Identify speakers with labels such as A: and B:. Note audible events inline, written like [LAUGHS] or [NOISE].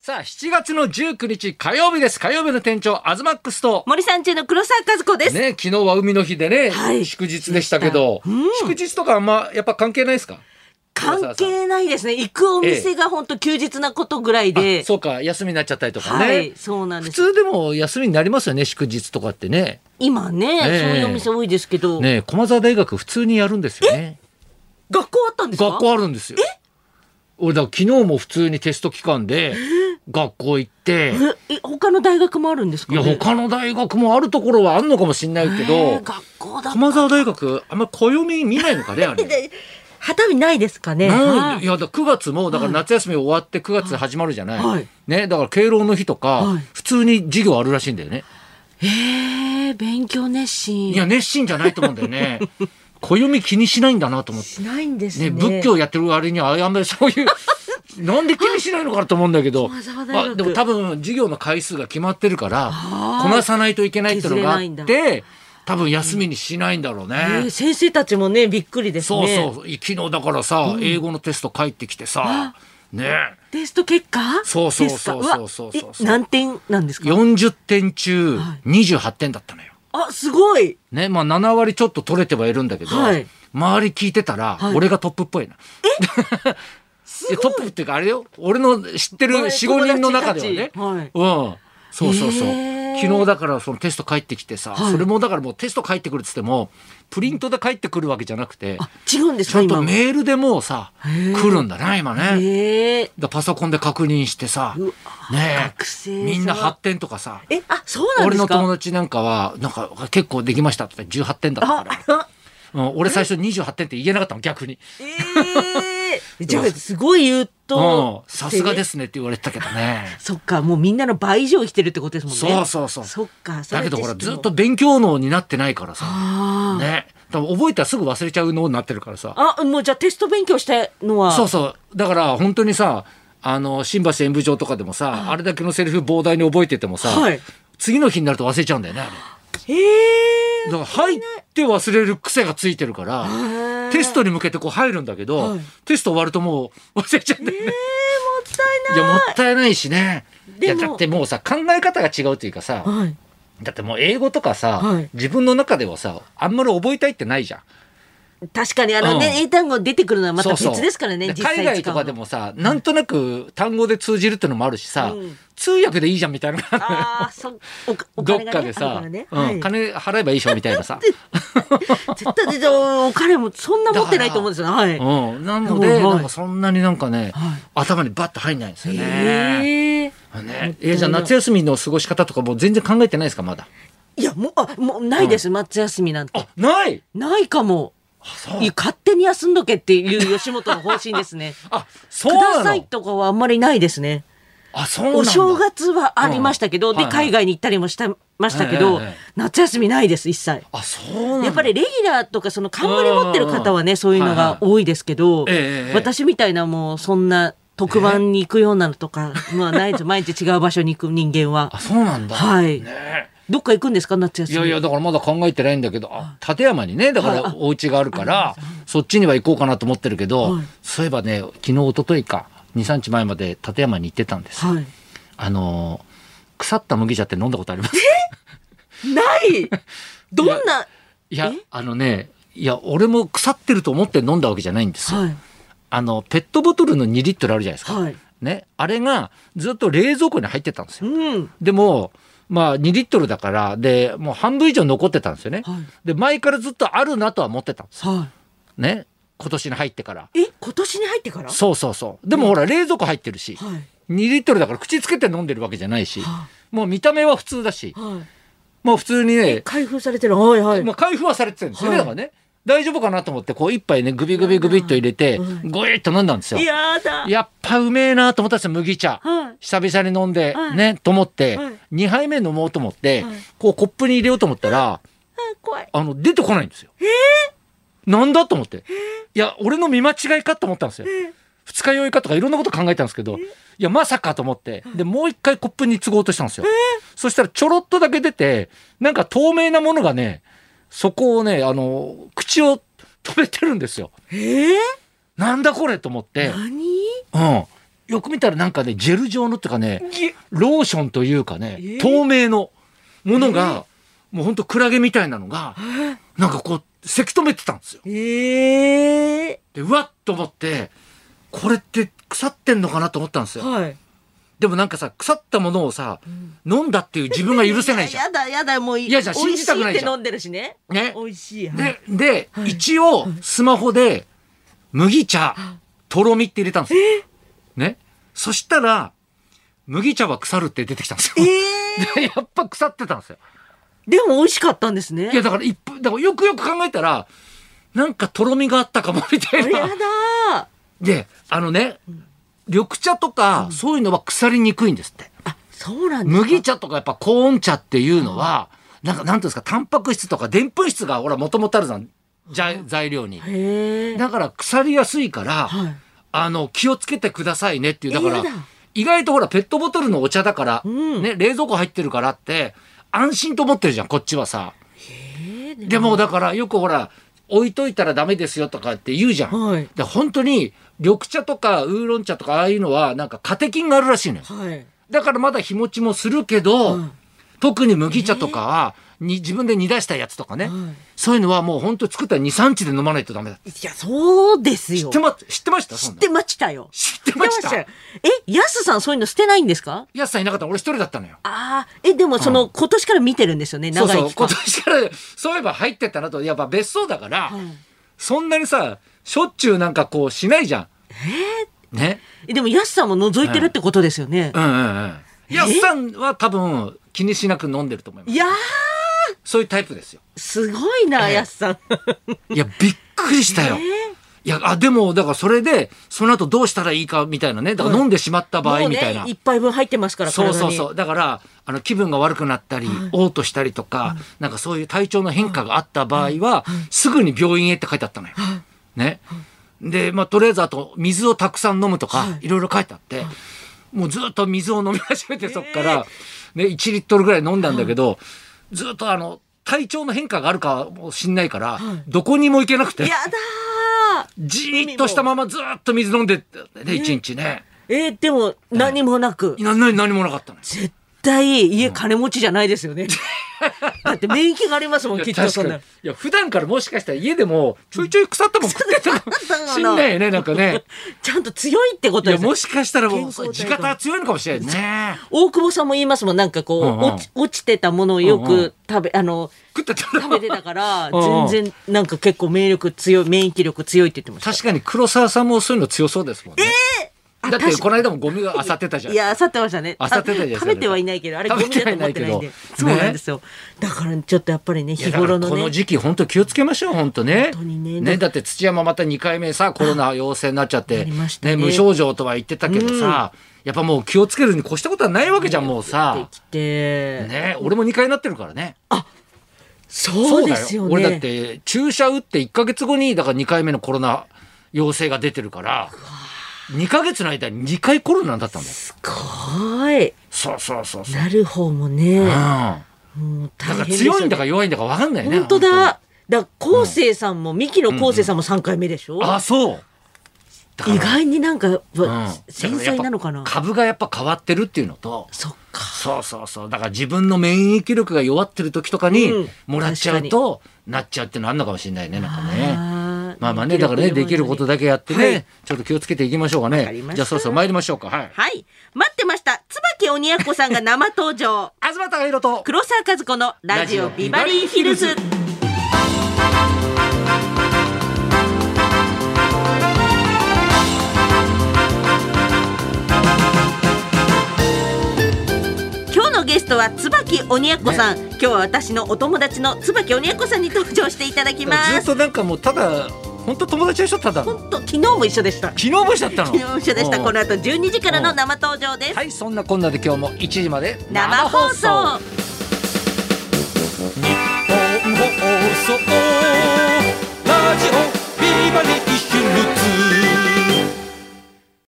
A: さあ、7月の19日火曜日です。火曜日の店長、アズマックスと。
B: 森さん中の黒沢和子です。
A: ね、昨日は海の日でね、
B: はい
A: 祝日でしたけど、祝日とかあんまやっぱ関係ないですか
B: 関係ないですね。行くお店が本当休日なことぐらいで。
A: あそうか、休みになっちゃったりとかね。
B: はい、そうなん
A: 普
B: です。
A: 通でも休みになりますよね、祝日とかってね。
B: 今ね、
A: ええ
B: そういうお店多いですけど、
A: ね、駒沢大学普通にやるんですよね。
B: 学校あったんですか
A: 学校あるんですよ。俺だから昨日も普通にテスト期間で学校行って、
B: ええ他の大学もあるんですか、
A: い
B: ね、
A: や他の大学もあるところはあるのかもしれないけ
B: え
A: ど
B: ー、学校だった。
A: 駒沢大学あんまり暦見ないのかねあれ。
B: で旗見ないですかね。
A: な
B: はいい
A: いやだ9月もだから夏休み終わって9月始まるじゃない、
B: はい
A: ね、だから敬老の日とか、
B: はい
A: 普通に授業あるらしいんだよね
B: えー、勉強熱心。
A: いや熱心じゃないと思うんだよ
B: [LAUGHS]
A: ね暦気にしないんだなと思って、
B: しないんです
A: ね、
B: ね。
A: 仏教やってる割にはあんまりそう [LAUGHS] いうなんで気にしないのかなと思うんだ
B: [LAUGHS]
A: けど、
B: はい駒沢大学
A: あ、でも多分授業の回数が決まってるから
B: あー
A: こなさないといけないっていうのがあ
B: 削
A: っ
B: れ
A: て多分休みにしないんだろうね。
B: えー先生たちもね、びっくりです
A: そう
B: ね。
A: そう、昨日だからさ、英語のテスト帰ってきてさ、ね
B: テスト結果
A: そうそう
B: ですか
A: そう
B: わ
A: そうそうそう
B: え何点なんですか
A: 40点中
B: はい
A: 28点だったのよ。
B: あ、すごい
A: ね、まあ7割ちょっと取れてはいるんだけど、
B: はい
A: 周り聞いてたら、
B: はい
A: 俺がトップっぽいな。 [LAUGHS] いやトップっていうかあれよ、俺の知ってる
B: はい
A: 4、5人の中ではね。
B: 友達
A: うん。そうそうそう。
B: へー
A: 昨日だからそのテスト帰ってきてさ、
B: はい
A: それもだからもうテスト帰ってくるっつっても、プリントで帰ってくるわけじゃなくて、
B: あ、違うんです
A: ち
B: か
A: ゃんと
B: 今。
A: メールでもうさ、
B: へー
A: 来るんだな、今ね。
B: ええ
A: だパソコンで確認してさ
B: うわ、
A: ね
B: 学
A: え、
B: 生さん
A: みんな8点とかさ、
B: え、あ、そうなん
A: 俺
B: です
A: の友
B: か
A: 達なんかは、なんか結構できましたって言って18点だった
B: あ
A: から、
B: あ、
A: うん、俺最初28点って言えなかったの、逆に。
B: え
A: [LAUGHS]
B: えじゃあ、すごい言う
A: うん
B: と、。。
A: さすがですすねって言われてたけどね。
B: そっか、もうみんなの倍以上来てるってことですもんね。
A: そうそうそう
B: そっか、そ
A: だけ
B: れ
A: どほら、
B: テス
A: ずっ
B: ト
A: と
B: も。
A: 勉強能になってないからさ、
B: あ
A: ね。多分覚えたらすぐ忘れちゃう脳になってるからさ。
B: あ。あ、もうじゃあテスト勉強したのは。
A: そうそう。だから本当にさ、あの、新橋演舞場とかでもさ、あれだけのセリフ膨大に覚えててもさ、
B: はい
A: 次の日になると忘れちゃうんだよね、あれ。
B: え
A: だ
B: え
A: から入って忘れる癖がついてるから、
B: ー。
A: テストに向けてこう入るんだけど、
B: はい
A: テスト終わるともう忘れちゃうんだよね。
B: もったいない
A: いや、もったいないしね。い
B: で
A: や、
B: も
A: だってもうさ、考え方が違うというかさ、
B: はい。
A: だってもう英語とかさ、
B: はい
A: 自分の中ではさ、あんまり覚えたいってないじゃん。
B: 確かにあのね、
A: うん
B: 英単語出てくるのはまた別
A: そうそう
B: ですからね、実際
A: 海外とかでもさ、なんとなく単語で通じるってのもあるしさ、
B: うん
A: 通訳でいいじゃんみたいな。
B: 使うのは。ああ、そお
A: [LAUGHS]
B: お
A: どっ
B: 金が
A: かで
B: ねある
A: さ、
B: らねは
A: う
B: い
A: ん、金払えばいいでしょみたいな
B: [LAUGHS]
A: さ。
B: 絶対でお金もそんな持ってないと思うんですよね。はい。
A: うん、なの
B: は
A: で、
B: いはい
A: なんかそんなになんかね、
B: はい
A: 頭にバッと入んないんですよね。
B: へえ
A: ねえじゃあ夏休みの過ごし方とかもう全然考えてないですかまだ。
B: いやもうあもうないです、夏休みなんて
A: あない。
B: ないかも
A: そう
B: いや勝手に休んどけっていう吉本の方針ですね
A: あ [LAUGHS] そ
B: く
A: う
B: だ
A: な
B: さい
A: の。
B: とかはあんまりないですね
A: あそうなん
B: お
A: だ。
B: 正月はありましたけど、
A: うん
B: で
A: はいはい
B: 海外に行ったりもしたましたけど、
A: ええええ
B: 夏休みないです一切
A: あそうなんだ。
B: やっぱりレギュラーとかその冠持ってる方は
A: うん
B: ねそういうのが多いですけど、
A: はいはいええええ
B: 私みたいなもうそんな特番に行くようなのとか、まあ [LAUGHS] ないです毎日違う場所に行く人間は
A: あそうなんだ。
B: はい
A: ね
B: どっか行くんですか夏休
A: い
B: み
A: やいやだからまだ考えてないんだけど、あ立山にねだか
B: はい
A: ら
B: あ
A: お家があるからそっちには行こうかなと思ってるけど、
B: はい
A: そういえばね昨日一昨日か23日前まで立山に行ってたんです。
B: はい
A: あのー腐った麦茶って飲んだことあります。
B: ないどんな、
A: いや
B: え、
A: あのね、いや、俺も腐ってると思って飲んだわけじゃないんですよ。
B: はい、
A: あの、ペットボトルの2リットルあるじゃないですか。
B: はい
A: ね。あれがずっと冷蔵庫に入ってたんですよ。
B: うん、
A: でも、まあ2リットルだから、で、もう半分以上残ってたんですよね。
B: はい
A: で、前からずっとあるなとは思ってたんですよ。
B: は
A: ね。今年に入ってから。
B: い。え、今年に入ってから。
A: そうそうそう。でもほら、冷蔵庫入ってるし、
B: はい、
A: 2リットルだから口つけて飲んでるわけじゃないし、
B: は
A: もう見た目は普通だし
B: い、、はい。
A: もう普通にね、
B: 開封されてる。はい、はい。
A: まあ、開封はされてたんですよね、
B: は
A: だ
B: い
A: からね大丈夫かなと思ってこう一杯ねグビグビグビっと入れて
B: うん
A: ゴイッと飲んだんですよ。
B: やだ。
A: やっぱうめえなと思ったんですよ麦茶、
B: はい
A: 久々に飲んで、
B: はい
A: ねと思って、
B: はい
A: 2杯目飲もうと思って、
B: はい
A: こうコップに入れようと思ったら
B: あ怖い。
A: あの出てこないんですよ。なんだと思っていや俺の見間違いかと思ったんですよ。二日酔いかとかいろんなこと考えたんですけど、いや、まさかと思って、で、もう一回コップに継ごうとしたんですよ。そしたらちょろっとだけ出て、なんか透明なものがね、そこをね、あの、口を止めてるんですよ。
B: えー、
A: なんだこれと思って、
B: 何。
A: うん。よく見たらなんかねジェル状のっていうかね
B: ぎ
A: ローションというかね、
B: え
A: 透明のものが、もうほんとクラゲみたいなのが、なんかこうせき止めてたんですよ。
B: ええ
A: でうわっと思ってこれって腐ってんのかなと思ったんですよ。
B: はい。
A: でもなんかさ腐ったものをさ飲んだっていう自分が許せないじゃん。
B: [LAUGHS] やだやだもうい
A: いやじゃあ信じたくないじゃん
B: 美味しって飲んでるしね。
A: ね
B: 美味しい。はい
A: でで、
B: はい
A: 一応スマホで麦茶とろみって入れたんですよ。ね、そしたら麦茶は腐るって出てきたんです
B: え
A: よ。
B: え
A: で [LAUGHS] やっぱ腐ってたんですよ。
B: でも美味しかったんですね。
A: いやだから一分だからよくよく考えたらなんかとろみがあったかもみた
B: あ
A: い
B: れ
A: な。
B: やだ。
A: であのね緑茶とかそういうのは腐りにくいんですって。
B: あそうなんですか。
A: 麦茶とかやっぱコーン茶っていうのは、なんかなんていうんですか、タンパク質とかでんぷん質がほらもともとあるじゃん、じゃ材料に。
B: へえ。
A: だから腐りやすいから、
B: はい。
A: あの、気をつけてくださいねっていう。だから
B: えやだ、
A: 意外とほらペットボトルのお茶だから、
B: うん
A: ね、冷蔵庫入ってるからって、安心と思ってるじゃん、こっちはさ。
B: えー
A: でもだからよくほら、置いといたらダメですよとかって言うじゃん。
B: はい
A: で、本当に緑茶とかウーロン茶とかああいうのはなんかカテキンがあるらしいのよ。
B: はい。
A: だからまだ日持ちもするけど、
B: うん
A: 特に麦茶とかは、に自分で煮出したやつとかね、
B: はい
A: そういうのはもう本当作ったら2、3日で飲まないとダメだ。
B: いやそうです
A: 知
B: よ。
A: ってま、知ってました
B: 知
A: そん
B: っ
A: な
B: てましたよ。
A: 知ってました
B: 知ってましたよえやすさんそういうの捨てないんですか？
A: やすさんいなかったら俺一人だったのよ。
B: ああえでもそ
A: う
B: の、
A: ん
B: 今年から見てるんですよね
A: そう
B: 長
A: そ。
B: いう期
A: 今
B: 間。
A: 年から、そういえば入ってったなと、やっぱ別荘だから、
B: はい
A: そんなにさ、しょっちゅうなんかこうしないじゃん。ね。
B: えでもやすさんも覗いてるってことですよね。
A: うんうんうん。やすさんは多分気にしなく飲んでると思いま
B: い
A: す。
B: やー
A: そういうタイプですよ。
B: すごいな、
A: ええ
B: やすさ
A: [LAUGHS]
B: ん。
A: いや、びっくりしたよ。いや、あ、でも、だからそれで、その後どうしたらいいかみたいなね。だから飲んでしまった場
B: も
A: 合
B: う
A: みたい
B: ね
A: な。
B: 一杯分入ってますから
A: そう
B: 体
A: そう
B: に。
A: そう。だから、あの、気分が悪くなったり、嘔吐したりとか、なんかそういう体調の変化があった場合は、すぐに病院へって書いてあったのよ。ね。で、まあ、とりあえずあと、水をたくさん飲むとか、いろいろ書いてあって、もうずっと水を飲み始めて、そっから、ね、1リットルぐらい飲んだんだけど、ずっとあの、体調の変化があるかもしんないから、どこにも行けなくて。
B: やだー
A: じーっとしたままずーっと水飲んでったね、一日ね。
B: えーでも何もなく、
A: な、な、何もなかったの。
B: 絶対家金持ちじゃないですよ
A: [LAUGHS]
B: ね。だって免疫がありますも
A: い
B: ん、
A: や
B: きっと
A: 確
B: そ
A: か
B: ん
A: に [LAUGHS]
B: な。
A: いや、普段からもしかしたら家でもちょいちょい腐ったもん食って
B: [LAUGHS]
A: たかも
B: 腐ったの
A: しんないよね、
B: [LAUGHS]
A: なんかね。
B: ちゃんと強いってこ
A: い
B: と
A: や、
B: ですよ
A: もしかしたらも
B: 健
A: う、
B: 康体
A: 地
B: が
A: 方は強いのかもしれない
B: [LAUGHS]
A: ね。
B: 大久保さんも言いますもん、なんかこう、
A: うんうん
B: 落ち落ちてたものをよ
A: うんうん
B: く食べ、あの、
A: 食ってた
B: 食べてたから、
A: [LAUGHS] うんうん
B: 全然なんか結構免疫強い、免疫力強いって言ってました。
A: 確かに黒沢さんもそういうの強そうですもんね。
B: あ
A: だっ
B: 確
A: て、
B: か
A: この間もゴミが漁ってたじゃん。
B: いや、漁ってましたね。
A: 漁ってたじゃん
B: あ食べてはいないけど、あれゴ
A: 食べ
B: ミだ
A: て
B: と
A: はい
B: 思
A: な
B: っ
A: い
B: て
A: けど
B: ないんで。そうなんですよ。だからちょっとやっぱりね、
A: いや
B: 日頃の
A: だからこの
B: ね。
A: 時期本当気をつけましょう本当ね
B: 本当にね
A: だって土山また2回目さコロナ陽性になっちゃって
B: なりました
A: ね
B: ね
A: 無症状とは言ってたけどさ、やっぱもう気をつけるに越したことはないわけじゃんもうさ
B: で、きて、
A: ね、俺も2回なってるからね
B: そうですよね。
A: 俺だって注射打って1か月後にだから2回目のコロナ陽性が出てるから2か月の間に2回コロナだったんだよ
B: すごい。
A: そうそうそうそう、
B: なる方も
A: うん、だ
B: ね、
A: か
B: もう大
A: ら
B: 変ですよ
A: 強いんだか弱いんだか分かんないね
B: 本当だ。だから、生さんも、ミキの昴生さんも3回目でしょ、
A: 当にあそうだから
B: 意外になんか、わ
A: うん
B: 繊細なのかな
A: だらやっぱ株がやっぱ変わってるっていうのと
B: そっか。
A: そうそうそうだから自分の免疫力が弱ってる時とかに
B: うん
A: もらっちゃうと、なっちゃうっていうのあるのかもしれないねなんかね。
B: あー
A: まあまあねだからねできることだけやってね、
B: はい
A: ちょっと気をつけていきましょうか
B: かり
A: ね
B: ました
A: じゃあそろそろ参りましょうかはい。
B: はい。待ってました。椿鬼奴さんが生登場
A: 東隆弘と
B: 黒沢和子のラジオビバリーヒルズ。今日のゲストは椿鬼奴さん、今日は私のお友達の椿鬼奴さんに登場していただきま
A: ずっ
B: す
A: となんかもうただ本当友達でしょただ昨
B: 本当昨日も一緒でした
A: 日もしちゃったの
B: 昨日も一緒でした
A: うん
B: この後12時からの生登場です
A: はいそんなこんなで今日も1時まで
B: 生放送
A: 日本放送ラジオビバリーヒルズ